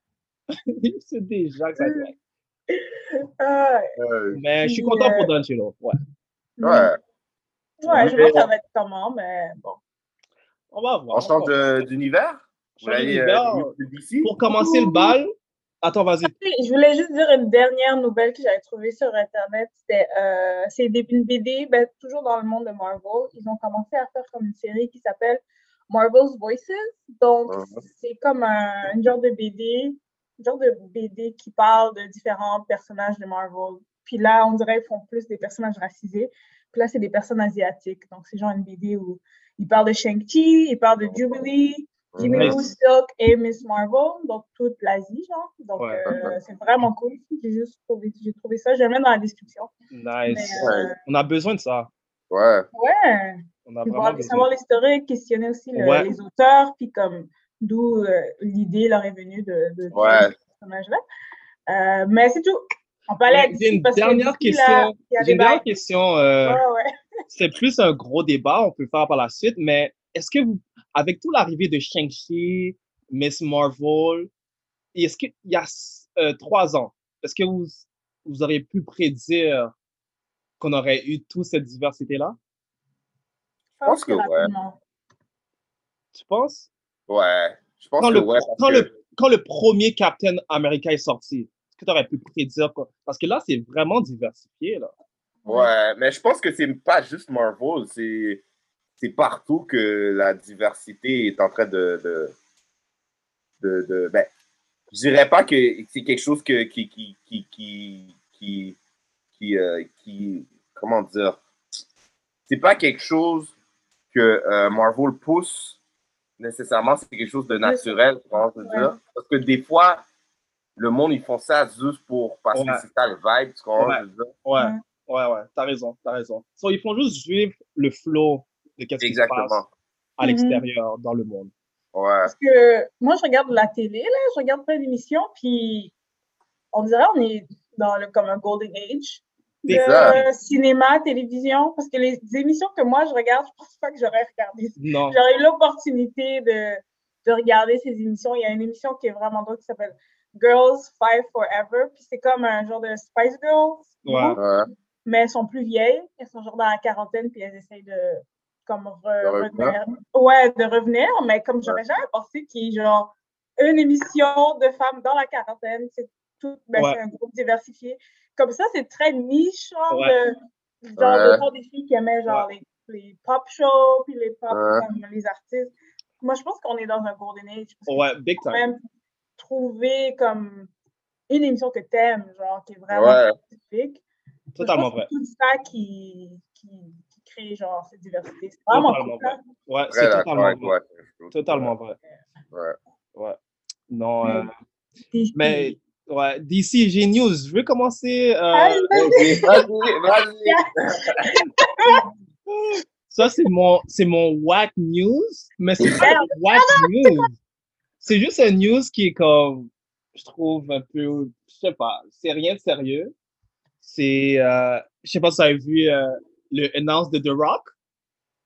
C: je sais déjà que ça va être whack.
E: Ah,
D: Euh,
C: Mais je suis
E: Puis,
C: content
E: euh,
C: pour Donchelo. Ouais. Mm-hmm.
D: ouais.
E: Ouais, je vois ça va être comment, mais bon.
C: On va voir.
D: On change
C: va voir.
D: de- d'univers? Vous
C: Change
D: allez
C: d'univers.
D: euh, du- du DC?
C: Pour commencer le bal, attends, vas-y.
E: Je voulais juste dire une dernière nouvelle que j'avais trouvée sur Internet. C'était, euh, c'est des- une BD, ben, toujours dans le monde de Marvel. Ils ont commencé à faire comme une série qui s'appelle Marvel's Voices. Donc,
C: Ah.
D: Mhm.
E: c'est comme un, un genre de BD, un genre de BD qui parle de différents personnages de Marvel. Puis là, on dirait qu'ils font plus des personnages racisés. Puis là, c'est des personnes asiatiques. Donc, c'est genre une BD où ils parlent de Shang-Chi, ils parlent de Jubilee, Jimmy
C: Nice.
E: Woo, Silk et Miss Marvel, donc toute l'Asie, genre. Donc,
C: Ouais.
E: euh, c'est vraiment cool. J'ai juste trouvé, j'ai trouvé ça, je le mets dans la description. Mais,
C: Nice.
E: euh,
C: On a besoin de ça.
D: Ouais.
E: ouais,
C: On a
E: puis
C: vraiment
E: voir-
C: besoin.
E: savoir l'historique, questionner aussi le-
C: Ouais.
E: les auteurs, puis comme d'où euh, l'idée leur est venue de, de créer
D: Ouais.
E: ce personnage-là. Euh, mais c'est tout. On peut aller à
C: J'ai
E: DC
C: une
E: parce que DC,
C: dernière
E: là,
C: question.
E: il y a
C: J'ai
E: des
C: une dernière
E: bails.
C: question. euh,
E: Ouais, ouais.
C: c'est plus un gros débat, on peut le faire par la suite, mais est-ce que vous, avec tout l'arrivée de Shang-Chi, Miss Marvel, est-ce qu'il y a euh, trois ans, est-ce que vous, vous auriez pu prédire qu'on aurait eu toute cette diversité-là?
E: Je
D: pense que ouais.
E: rapidement.
C: Tu penses?
D: Ouais. Je pense
C: Quand
D: que
C: le,
D: ouais. parce
C: quand,
D: que-
C: le, quand le premier Captain America est sorti, est-ce que tu aurais pu prédire? quoi? Parce que là, c'est vraiment diversifié, là.
D: Ouais, mais je pense que c'est pas juste Marvel, c'est c'est partout que la diversité est en train de de, de, de- ben, je dirais pas que c'est quelque chose que qui qui qui qui qui, qui, euh, qui- comment dire c'est pas quelque chose que euh, Marvel pousse nécessairement, c'est quelque chose de naturel, je pense, je veux dire. parce que des fois le monde ils font ça juste pour parce
C: Ouais.
D: que c'est ça le vibe, tu comprends,
C: Ouais.
D: je veux dire.
C: Ouais,
E: Ouais.
C: ouais, ouais, t'as raison, t'as raison. So, ils font juste suivre le flow de qu'est-ce qui se passe
D: Exactement.
C: à
E: Mhm.
C: l'extérieur, dans le monde.
D: Ouais.
E: Parce que moi, je regarde la télé, là, je regarde plein d'émissions, puis on dirait on est dans le, comme un golden age de
D: C'est ça.
E: cinéma, télévision, parce que les émissions que moi, je regarde, je pense pas que j'aurais regardé ça.
C: Non.
E: J'aurais eu l'opportunité de, de regarder ces émissions. Il y a une émission qui est vraiment drôle qui s'appelle Girls Five Forever, puis c'est comme un genre de Spice Girls,
C: Ouais.
D: Ouais.
E: mais elles sont plus vieilles, elles sont genre dans la quarantaine, puis elles essayent de comme re-
D: De revenir.
E: revenir. Ouais, de revenir, mais comme j'aurais jamais pensé qu'il y ait genre une émission de femmes dans la quarantaine, c'est tout, ben,
C: Ouais.
E: c'est un groupe diversifié. Comme ça, c'est très niche, genre,
C: Ouais.
E: de, genre de
D: Ouais.
E: voir des filles qui aimaient genre les, les pop shows, puis les pop,
D: Ouais.
E: comme les artistes. Moi, je pense qu'on est dans un golden age. parce que
C: Ouais, big
E: quand
C: time.
E: même trouver comme une émission que t'aimes, genre, qui est vraiment
D: Ouais.
E: spécifique.
C: Totalement
E: Je pense
C: vrai.
E: que C'est tout ça qui, qui, qui crée, genre, cette diversité. C'est vraiment
C: Totalement
E: cool, hein. là.
C: Ouais,
D: Très
C: c'est
D: d'accord
C: totalement
D: avec
C: vrai.
D: toi. Sergio.
C: Totalement vrai.
D: Ouais.
C: Ouais. Non, euh,
E: Mm. Puis-
C: mais ouais, DC Genius, je veux commencer. euh,
E: Ah,
D: Ok, vas-y, vas-y.
C: ça, c'est mon, c'est mon whack news, mais c'est pas un whack news. C'est juste un news qui est comme, je trouve un peu, je sais pas, c'est rien de sérieux. C'est, euh, je sais pas si vous avez vu euh, le announce de The Rock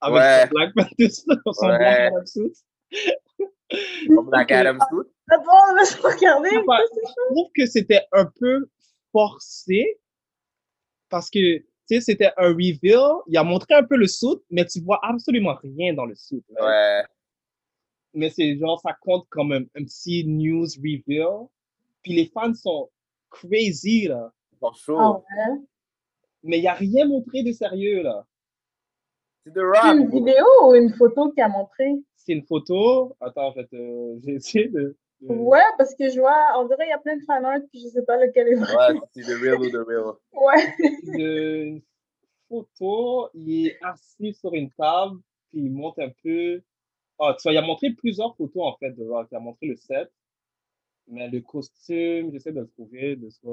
C: avec
D: Ouais.
C: Black Panther, son
D: Ouais.
C: Black Adam suit.
D: Comme la Adam Scoot.
E: Attends, là, je vais regarder.
C: Ouais. Je trouve que c'était un peu forcé parce que, tu sais, c'était un reveal. Il a montré un peu le suit, mais tu vois absolument rien dans le suit. right?
D: Ouais.
C: Mais c'est genre, ça compte comme un, un petit news reveal. Puis les fans sont crazy, là.
D: Bon
E: Ah
D: chaud.
E: ouais.
C: Mais il a rien montré de sérieux, là.
D: C'est The
E: C'est une
D: Rock.
E: vidéo ou une photo qui a montré?
C: C'est une photo. Attends, en fait, euh, j'ai essayé de... de-
E: Ouais, parce que je vois, on dirait qu'il y a plein de fanarts, puis je sais pas lequel est vrai.
D: Ouais, c'est The Real ou The Real.
E: Ouais.
C: de- une photo, il est assis sur une table, puis il monte un peu. Ah, tu vois, il a montré plusieurs photos en fait de Rock. Il a montré le set, mais le costume, j'essaie de le trouver, de ça.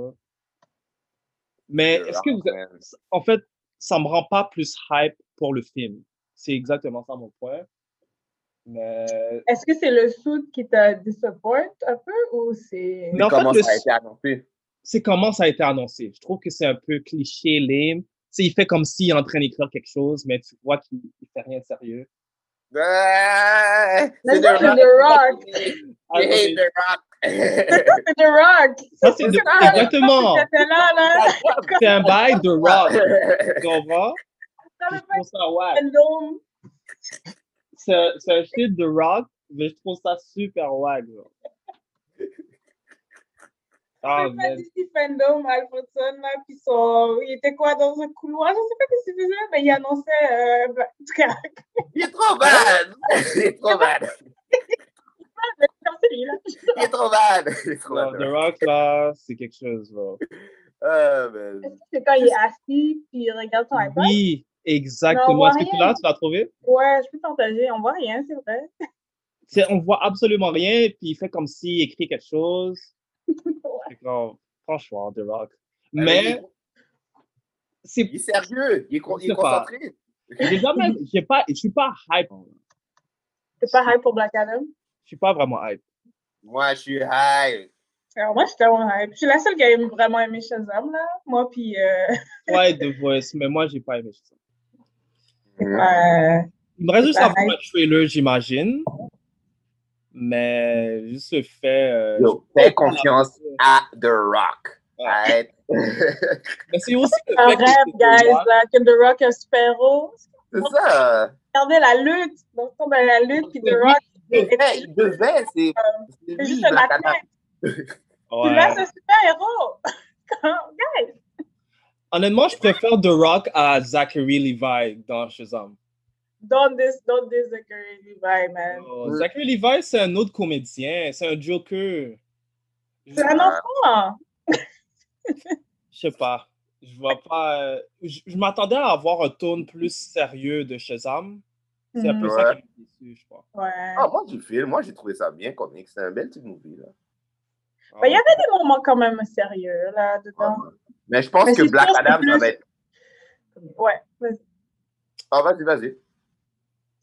C: Mais
D: The
C: est-ce que
D: Rock,
C: vous.
D: man.
C: En fait, ça me rend pas plus hype pour le film. C'est exactement ça mon point. Mais.
E: Est-ce que c'est le suit qui te disappoint un peu ou c'est.
C: Mais en fait,
D: Comment
C: le-
D: ça a été annoncé?
C: c'est comment ça a été annoncé. Je trouve que c'est un peu cliché, lame. Tu sais, il fait comme s'il est en train d'écrire quelque chose, mais tu vois qu'il il fait rien de sérieux.
D: Ouais,
E: Mais
D: C'est
E: ça, c'est The Rock.
C: Ah,
D: We hate
C: mais-
D: The Rock.
E: C'est The Rock.
C: Ça, c'est de-
E: ça.
C: exactement.
E: C'était là, là.
C: C'est un bail de rock. Tu comprends?
E: Ça
C: Je
E: veut pas
C: trouve ça
E: être
C: wack.
E: un dôme.
C: C'est un- c'est un shit de rock, mais je trouve ça super wack. genre. Ah,
E: J'ai fait
C: man.
E: DC Fandom, Alfredson, là, puis son... il était quoi dans un couloir, je sais pas ce qu'il faisait, mais il annonçait. Euh... Black- En tout cas,
D: Il est trop bad.
C: Ah.
D: Il est trop bad.
E: comme celui-là.
D: Il est trop bad. Il est trop
C: Non,
D: bad.
C: The Rock, là, c'est quelque chose, bro.
D: Ah, man.
E: Est-ce que C'est quand il est assis, puis il regarde son iPad.
C: Oui,
E: Mais on voit
C: exactement. Est-ce que tu
E: rien.
C: l'as? Tu l'as trouvé?
E: Ouais, je peux partager, on voit rien, c'est vrai.
C: C'est- On voit absolument rien, puis il fait comme s'il écrit quelque chose.
E: Ouais.
C: C'est comme, franchement, The Rock.
D: Ah,
C: Mais c'est
D: Il est sérieux. Il est con- il
C: Je
D: est
C: sais pas.
D: concentré.
C: j'ai jamais, j'ai pas, je suis pas hype.
E: C'est pas hype pour Black Adam.
C: Je suis pas vraiment hype.
D: Moi, je suis high.
E: Alors, Euh, moi, je suis tellement hype. Je suis la seule qui a vraiment aimé Shazam, là. Moi, puis. euh,
C: Ouais, The Voice, mais moi, j'ai pas aimé ça.
E: euh,
C: Il me reste juste à voir
E: Pareil.
C: le trailer, j'imagine. Mais juste le fait. euh,
D: Yo, fais confiance à The Rock.
C: Ouais.
D: Arrête.
C: Mais c'est aussi le
E: un
C: fait que
E: rêve,
C: c'est The
E: guys,
C: Rock.
E: là, que The Rock a super-héros.
D: C'est ça.
E: Regardez la lutte. Donc, on a ben, la lutte, puis The
C: Oui,
E: Rock.
D: Il devait, il devait, c'est c'est
E: euh, C'est
D: lui,
E: juste un
D: la
E: athlète.
D: cata-
E: Puis
C: Ouais.
E: là, c'est un super-héros. Comme, guys.
C: Honnêtement, je préfère The Rock à Zachary Levi dans Shazam.
E: Don't dis, don't dis the girl Levi, man.
C: Oh, Zachary Levi, c'est un autre comédien, c'est un joker.
E: C'est un enfant.
C: Je sais pas. Je vois pas. euh, Je, je m'attendais à avoir un tone plus sérieux de Shazam. C'est un peu
D: Mhm.
C: ça qui m'a déçu, je crois.
E: Ouais.
D: Ah, moi, du film, moi, j'ai trouvé ça bien comique. C'est un bel petit movie, là.
E: Ben, il y avait des moments quand même sérieux là dedans.
D: Vraiment. Mais je pense
E: Mais
D: que
E: c'est
D: Black
E: sûr, c'est
D: Adam, ça
E: plus-
D: va être.
E: Ouais. vas-y.
D: Ah, vas-y, vas-y.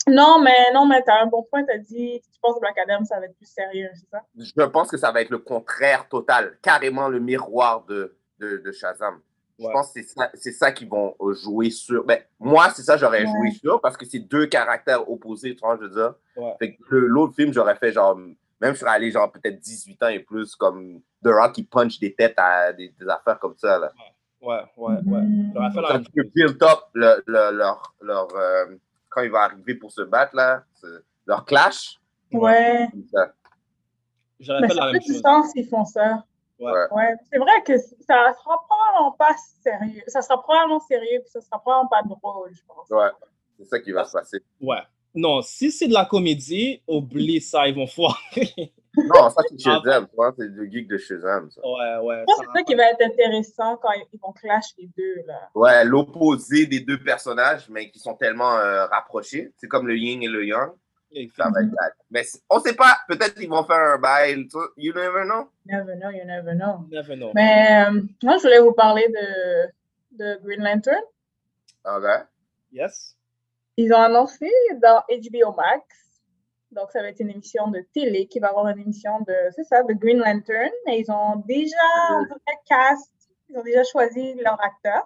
E: Non, mais non, mais t'as un bon point, t'as dit, tu penses que Black Adam, ça va être plus sérieux, c'est ça?
D: Je pense que ça va être le contraire total, carrément le miroir de, de, de Shazam. Je
C: Ouais.
D: pense que c'est ça, c'est ça qu'ils vont euh, jouer sur. Ben, moi, c'est ça j'aurais joué sur parce que c'est deux caractères opposés, tu vois, je veux dire.
C: Ouais.
D: Fait que le- l'autre film, j'aurais fait genre. Même je serais allé genre peut-être 18 ans et plus, comme The Rock qui punch des têtes à des, des affaires comme ça. Là.
C: Ouais, ouais, ouais.
E: Mm-hmm.
C: J'aurais fait la
D: Ça
C: même
D: dit que
C: chose.
D: build up le- le- leur. leur euh, quand ils vont arriver pour se battre, là, c'est- leur clash.
E: Ouais.
D: comme ça.
C: J'aurais
E: Mais
C: fait
E: ça
C: la
E: fait
C: même
E: du
C: chose.
E: sens s'ils font ça.
C: Ouais.
E: Ouais. C'est vrai que ça sera probablement pas sérieux. Ça sera probablement sérieux, puis ça sera probablement pas drôle, je pense.
D: Ouais. C'est ça qui va se passer.
C: Ouais. Non, si c'est de la comédie, oublie ça, ils vont foirer.
D: Non, ça c'est
C: Ah.
D: Shazam, tu vois, c'est le geek de Shazam. Ça.
C: Ouais, ouais.
E: Je pense
C: ça-
E: que c'est ça qui va être intéressant quand ils ils vont clash les deux, là.
D: Ouais, l'opposé des deux personnages, mais qui sont tellement euh, rapprochés. C'est comme le yin et le yang. Ça va être bad. Mais c- on sait pas, peut-être qu'ils vont faire un bail. tu- You never know.
E: You never know, you never know.
C: Never know.
E: Mais euh, moi, je voulais vous parler de, de Green Lantern.
D: Ok.
C: Yes.
E: Ils ont annoncé dans HBO Max, donc ça va être une émission de télé qui va avoir une émission de, c'est ça, de Green Lantern. Et ils ont déjà on dirait, cast, ils ont déjà choisi leur acteur.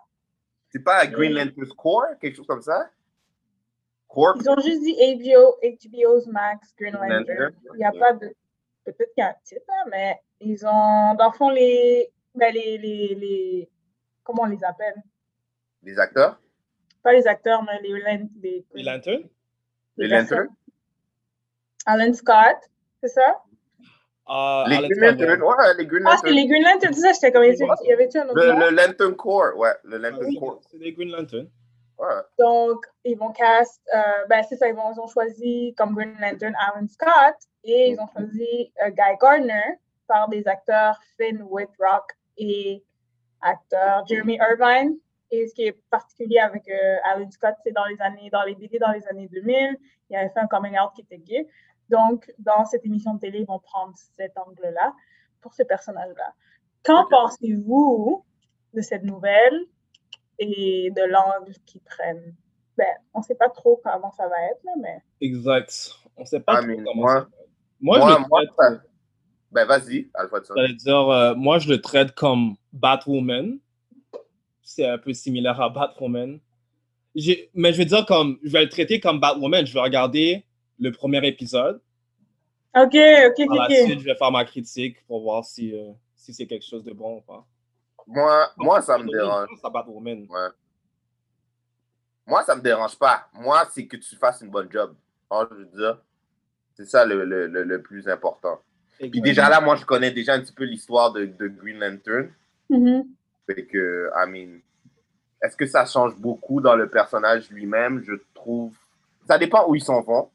D: C'est pas Green Lantern's Core, quelque chose comme ça? Corp?
E: Ils ont juste dit HBO, HBO's Max, Green
D: Green
E: Lantern.
D: Lantern,
E: Il n'y a
D: ok.
E: pas de, peut-être qu'il y a un titre, hein, mais ils ont, dans le fond, les, ben, les, les, les, comment on les appelle?
D: Les acteurs?
E: Pas les acteurs, mais les, lan- les,
C: Les lanternes.
D: Les
E: personnes.
D: Lanterns?
E: Alan Scott, c'est ça?
C: Ah,
D: Les
C: Alex
D: Green Lanterns,
C: Cameron.
D: ouais, les Green
E: Ah, c'est
D: Lanterns.
E: les Green Lanterns, c'est ça, j'étais comme,
C: Oui,
E: il y avait-tu un autre nom?
D: Le, le Lantern Corps, ouais, le Lantern
C: Ah Oui,
D: Corps.
C: c'est des Green Lanterns.
D: Ouais.
E: Donc, ils vont cast, euh, ben c'est ça, ils, vont, ils ont choisi comme Green Lantern Alan Scott et ils ont choisi euh, Guy Gardner par des acteurs Finn Whitrock et acteur Jeremy Irvine. Et ce qui est particulier avec euh, Alan Scott, c'est dans les années, dans les BD dans les années 2000, il avait fait un coming out qui était gay. Donc, dans cette émission de télé, ils vont prendre cet angle-là pour ce personnage-là. Qu'en
D: Ok.
E: pensez-vous de cette nouvelle? et de l'angle qu'ils prennent. Ben, on sait pas trop comment ça va être, là, mais
C: Exact. On sait pas
D: Ah,
C: trop
D: mais
C: comment ça
D: moi,
C: va. Moi, euh,
D: moi,
C: je le
D: moi,
C: traite,
D: ça- ben vas-y, Alpha Tson.
C: j'allais dire, euh, moi, je le traite comme Batwoman. C'est un peu similaire à Batwoman. J'ai- Mais je vais dire comme, je vais le traiter comme Batwoman. Je vais regarder le premier épisode.
E: OK, OK,
C: Par la
E: OK,
C: suite, je vais faire ma critique pour voir si, euh, si c'est quelque chose de bon ou pas.
D: Moi, moi, ça me
C: Batwoman,
D: dérange.
C: je pense à Batwoman.
D: Ouais. Moi, ça me dérange pas. Moi, c'est que tu fasses une bonne job. Oh, je veux dire, c'est ça le, le, le, le plus important. Puis déjà là, moi, je connais déjà un petit peu l'histoire de, de Green Lantern.
E: Mhm.
D: Fait que, I mean, est-ce que ça change beaucoup dans le personnage lui-même? Je trouve. Ça dépend où ils s'en vont.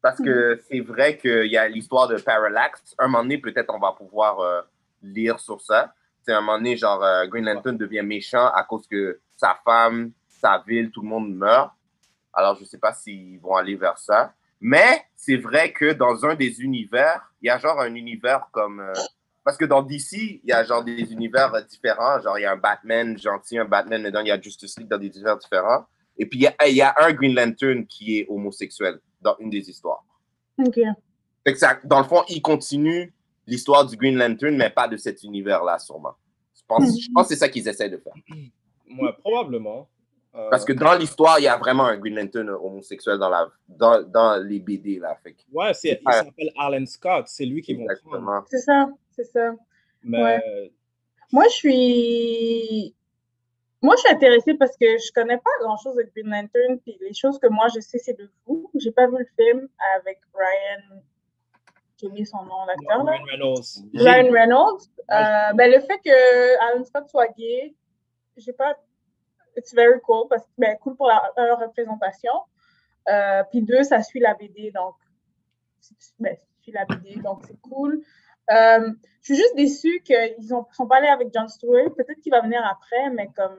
D: Parce que c'est vrai qu'il y a l'histoire de Parallax. Un moment donné, peut-être on va pouvoir euh, lire sur ça. C'est un moment donné, genre, euh, Green Lantern devient méchant à cause que sa femme, sa ville, tout le monde meurt. Alors, je ne sais pas s'ils vont aller vers ça. Mais c'est vrai que dans un des univers, il y a genre un univers comme. euh, parce que dans DC, il y a genre des univers euh, différents. Genre, il y a un Batman gentil, un Batman, dedans, il y a Justice League dans des univers différents. Et puis, il y a, il y a un Green Lantern qui est homosexuel dans une des histoires.
E: OK.
D: Fait Fait que ça- dans le fond, il continue l'histoire du Green Lantern, mais pas de cet univers-là, sûrement. Je pense, je pense que c'est ça qu'ils essaient de faire.
C: Moi, probablement. Euh,
D: Parce que dans l'histoire, il y a vraiment un Green Lantern homosexuel dans, la, dans, dans les BD, là. Fait que-
C: Ouais, c'est, il
D: Ouais.
C: s'appelle Alan Scott, c'est lui qui vont prendre.
D: exactement.
E: C'est ça, c'est ça.
C: Mais
E: Moi, je suis. Moi, je suis intéressée parce que je connais pas grand-chose de Green Lantern, puis les choses que moi je sais, c'est de vous. J'ai pas vu le film avec Ryan. J'ai oublié son nom, l'acteur, là.
C: Ryan Reynolds. Ah,
E: Ryan Reynolds. Euh, ben, le fait que Alan Scott soit gay, j'ai pas. It's very cool parce que ben, cool pour la un, représentation. Euh, Puis deux, ça suit la BD, donc ben, ça suit la BD, donc c'est cool. Euh, je suis juste déçue qu'ils ont- sont pas allés avec John Stewart. Peut-être qu'il va venir après, mais comme,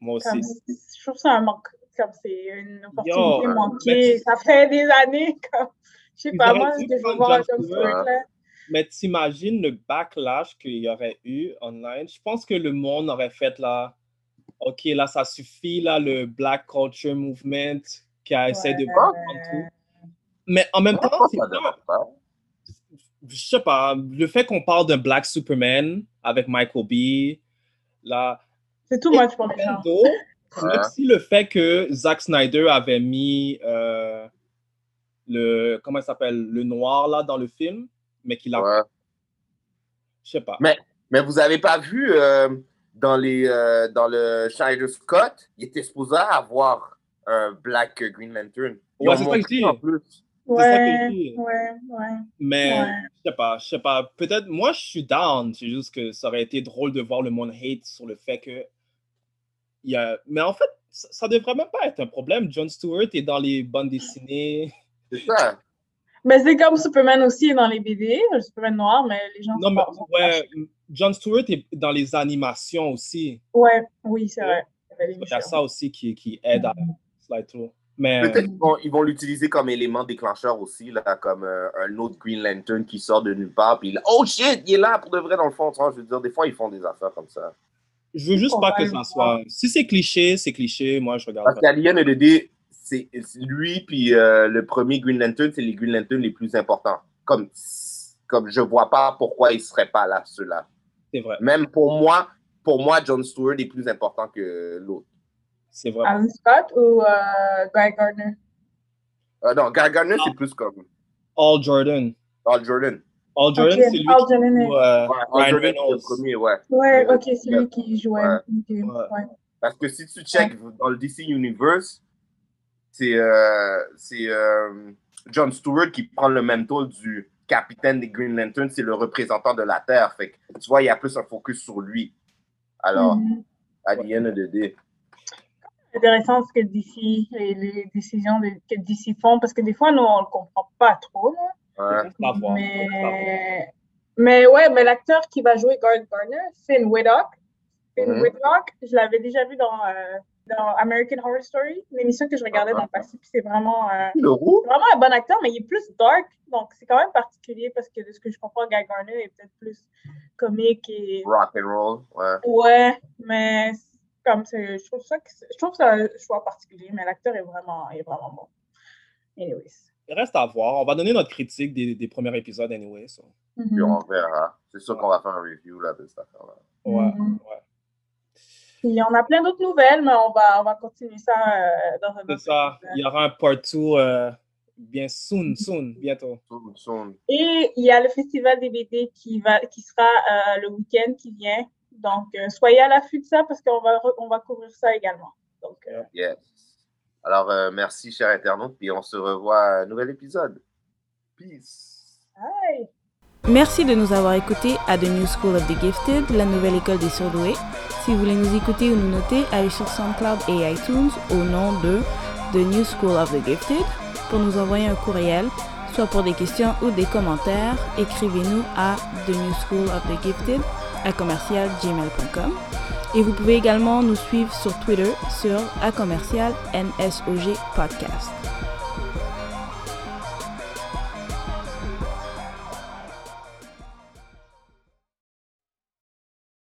C: Moi
E: comme
C: aussi.
E: je trouve que c'est un manque, comme c'est une opportunité
C: Yo,
E: manquée.
C: ben,
E: Ça fait des années comme je sais
C: Ils
E: pas
C: auraient
E: moi
C: dû
E: ce que je veux
C: prendre
E: voir
C: Jon
E: John
C: Stewart.
E: Stewart là.
C: Mais t'imagines le backlash qu'il y aurait eu online. Je pense que le monde aurait fait là, OK, là, ça suffit, là, le Black Culture Movement qui a essayé de
D: Ouais.
C: prendre tout. Mais en même temps,
D: Pourquoi
C: c'est
D: ça
C: pas-
D: devrait pas?
C: je sais pas, le fait qu'on parle d'un Black Superman avec Michael B, là,
E: C'est tout much pour les gens.
C: Nintendo,
D: Ouais.
C: même si le fait que Zack Snyder avait mis euh, le, comment il s'appelle, le noir, là, dans le film, mais qu'il a,
D: Ouais.
C: je sais pas.
D: Mais- Mais vous avez pas vu euh, dans, les, euh, dans le Snyder Scott, il était supposé avoir un Black Green Lantern. Ils
C: Ouais,
D: ont
C: c'est ça que je
D: montré
C: dis.
D: en plus.
C: C'est ça que
E: Ouais,
C: je dis.
E: ouais, ouais.
C: Mais
E: Ouais.
C: je sais pas, je sais pas. Peut-être, moi, je suis down. C'est juste que ça aurait été drôle de voir le monde hate sur le fait que. Il y a... Mais en fait, ça, ça devrait même pas être un problème. Jon Stewart est dans les bandes dessinées.
D: C'est ça.
E: Mais c'est comme Superman aussi dans les BD, le Superman noir, mais les gens
C: Non,
E: sont
C: mais
E: pas- sont pas
C: ouais,
E: fâchés.
C: Jon Stewart est dans les animations aussi.
E: Ouais, oui, c'est vrai. Il y avait
C: Il y a
E: l'émission.
C: ça aussi qui, qui aide à Sly Through. Mais euh,
D: Peut-être qu'ils vont- ils vont l'utiliser comme élément déclencheur aussi, là, comme euh, un autre Green Lantern qui sort de nulle part. Puis, il- oh shit, il est là pour de vrai dans le fond. tu vois, Je veux dire, des fois, ils font des affaires comme ça.
C: je veux juste pas que
E: Ouais.
C: ça soit. Si c'est cliché, c'est cliché. Moi, je regarde
D: Parce
C: pas.
D: qu'Alien LED, c'est c'est lui, puis euh, le premier Green Lantern, c'est les Green Lanterns les plus importants. Comme, comme je vois pas pourquoi ils seraient pas là, ceux-là.
C: C'est vrai.
D: Même pour moi, pour moi, John Stewart est plus important que l'autre.
C: C'est vrai.
E: Alan Scott ou euh, Guy Gardner?
D: Euh, non, Gar- Gardner,
C: Ah.
D: c'est plus comme
C: All Jordan.
D: Al Jordan.
C: All
E: Ok,
C: Jordan, c'est lui
E: Al
C: qui
E: Jordan est-
C: joue, euh,
D: Ouais, Al Jordan,
C: Ryan
D: c'est le
C: Reynolds.
D: premier, ouais.
E: Ouais,
D: Ouais.
E: ok, c'est lui qui jouait.
D: Ouais.
E: Ok, ouais.
D: Parce que si tu check dans le DC Universe, c'est euh, c'est, euh, John Stewart qui prend le manteau du capitaine des Green Lanterns, c'est le représentant de la Terre. Fait que, tu vois, il y a plus un focus sur lui. Alors,
E: Mhm.
D: Alien EDD.
E: C'est intéressant ce que DC et les décisions de- que DC font parce que des fois, nous, on le comprend pas trop. là.
D: Ouais.
C: Faut l'avoir, faut l'avoir.
E: Mais, mais ouais, mais l'acteur qui va jouer Guy Gardner, Finn Whitlock. Finn
D: Mhm.
E: Whitlock, je l'avais déjà vu dans, euh, dans American Horror Story, l'émission que je regardais dans le passé. Puis c'est vraiment, euh,
D: Le roux?
E: vraiment un bon acteur, mais il est plus dark. Donc c'est quand même particulier parce que de ce que je comprends, Guy Gardner est peut-être plus comique et.
D: Rock and roll. Ouais.
E: Ouais, mais c'est comme c'est- je trouve ça, que c'est- je trouve ça un choix particulier, mais l'acteur est vraiment, il est vraiment bon. Anyways.
C: Il reste à voir. On va donner notre critique des, des premiers épisodes anyway. so.
E: Mhm.
D: Puis on verra. C'est sûr qu'on va faire un review là, de cette affaire-là.
C: Ouais,
E: Mhm.
C: ouais.
E: Puis on a plein d'autres nouvelles, mais on va, on va continuer ça euh, dans un
C: C'est
E: autre
C: ça.
E: épisode.
C: Il y aura un part 2 euh, bien soon, soon, bientôt.
D: Soon, soon.
E: Et il y a le festival des BD qui, va, qui sera euh, le week-end qui vient. Donc, euh, soyez à l'affût de ça parce qu'on va, re- on va couvrir ça également. Donc, euh,
D: Yes. Alors, euh, merci, chers internautes, puis on se revoit à un nouvel épisode. Peace.
E: bye!
F: Merci de nous avoir écoutés à The New School of the Gifted, la nouvelle école des surdoués. Si vous voulez nous écouter ou nous noter, allez sur SoundCloud et iTunes au nom de The New School of the Gifted pour nous envoyer un courriel, soit pour des questions ou des commentaires, écrivez-nous à The New School of the Gifted à commercialgmail.com. Et vous pouvez également nous suivre sur Twitter sur à commercial NSOG podcast.